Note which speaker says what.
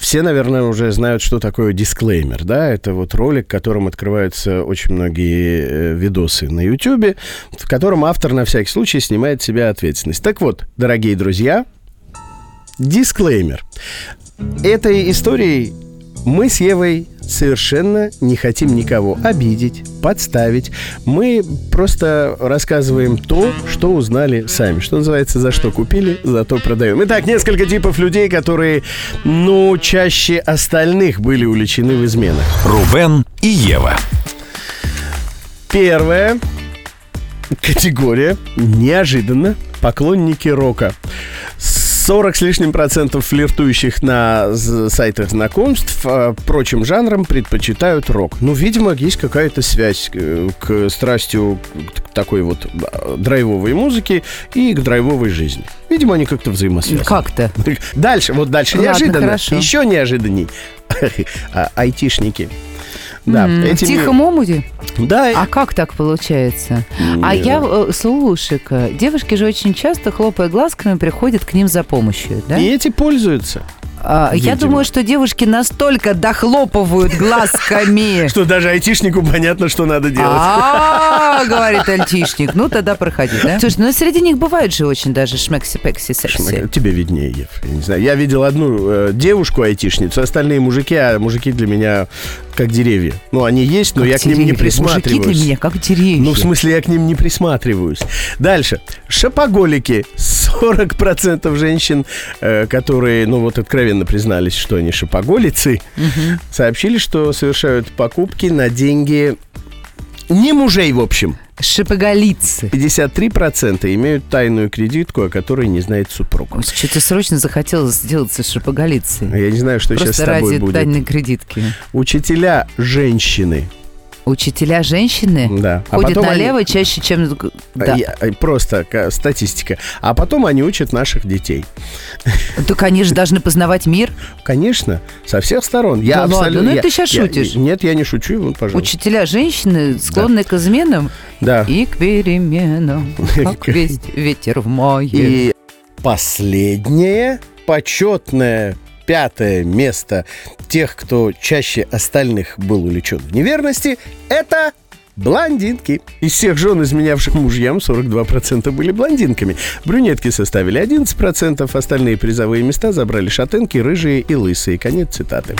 Speaker 1: Все, наверное, уже знают, что такое дисклеймер, да? Это вот ролик, которым открываются очень многие э, видосы на YouTube, в котором автор на всякий случай снимает с себя ответственность. Так вот, дорогие друзья, дисклеймер. Этой историей мы с Евой совершенно не хотим никого обидеть, подставить. Мы просто рассказываем то, что узнали сами. Что называется, за что купили, за то продаем. Итак, несколько типов людей, которые, ну, чаще остальных были увлечены в изменах.
Speaker 2: Рубен и Ева.
Speaker 1: Первая категория, неожиданно, поклонники рока. 40 с лишним процентов флиртующих на з- сайтах знакомств э, прочим жанрам предпочитают рок. Ну, видимо, есть какая-то связь э, к страстью к такой вот э, драйвовой музыки и к драйвовой жизни. Видимо, они как-то взаимосвязаны.
Speaker 3: Как-то.
Speaker 1: Дальше, вот дальше
Speaker 3: Ладно,
Speaker 1: неожиданно.
Speaker 3: хорошо.
Speaker 1: Еще неожиданней. А, Айтишники. Да,
Speaker 3: М, В
Speaker 1: этими-
Speaker 3: тихом омуде?
Speaker 1: Да,
Speaker 3: А как так получается? А
Speaker 1: Не
Speaker 3: я, э, слушай-ка, девушки же очень часто, хлопая глазками, приходят к ним за помощью, да?
Speaker 1: и эти пользуются.
Speaker 3: А, я
Speaker 1: видимо.
Speaker 3: думаю, что девушки настолько дохлопывают глазками.
Speaker 1: Что даже айтишнику понятно, что надо делать.
Speaker 3: А, говорит альтишник. Ну, тогда проходи, да? Слушай, ну среди них бывают же очень даже шмекси-пекси секси.
Speaker 1: Шмак- Тебе виднее, Ев. Я не знаю. Я видел одну э, девушку-айтишницу, остальные мужики, а мужики для меня как деревья. Ну, они есть, но я к ним не
Speaker 3: Мужики
Speaker 1: присматриваюсь.
Speaker 3: для меня как деревья.
Speaker 1: Ну, в смысле, я к ним не присматриваюсь. Дальше. Шопоголики. 40% женщин, э, которые, ну вот откровенно признались, что они шопоголицы, сообщили, что совершают покупки на деньги не мужей, в общем.
Speaker 3: Шипоголицы.
Speaker 1: 53% имеют тайную кредитку, о которой не знает супруг.
Speaker 3: Ой, Что-то срочно захотелось сделаться шипоголицей.
Speaker 1: Я не знаю, что сейчас с
Speaker 3: Просто ради
Speaker 1: тобой будет.
Speaker 3: тайной кредитки.
Speaker 1: Учителя женщины.
Speaker 3: Учителя женщины
Speaker 1: Да. А
Speaker 3: ходят
Speaker 1: потом они- А
Speaker 3: налево чаще, чем... Да.
Speaker 1: Я- э, Просто ка- статистика. А потом они учат наших детей.
Speaker 3: Так они же должны познавать мир.
Speaker 1: Конечно, со всех сторон. Я
Speaker 3: Да ладно,
Speaker 1: абсолютно.
Speaker 3: ну это
Speaker 1: я-
Speaker 3: ты щас
Speaker 1: я-
Speaker 3: шутишь.
Speaker 1: Нет, я не шучу, вот, пожалуйста.
Speaker 3: Учителя женщины склонны к изменам
Speaker 1: Да.
Speaker 3: и к переменам. Как весь ветер в мое.
Speaker 1: И последнее почетное пятое место тех, кто чаще остальных был увлечен в неверности, это блондинки. Из всех жен, изменявших мужьям, 42% были блондинками. Брюнетки составили 11%, остальные призовые места забрали шатенки, рыжие и лысые. Конец цитаты.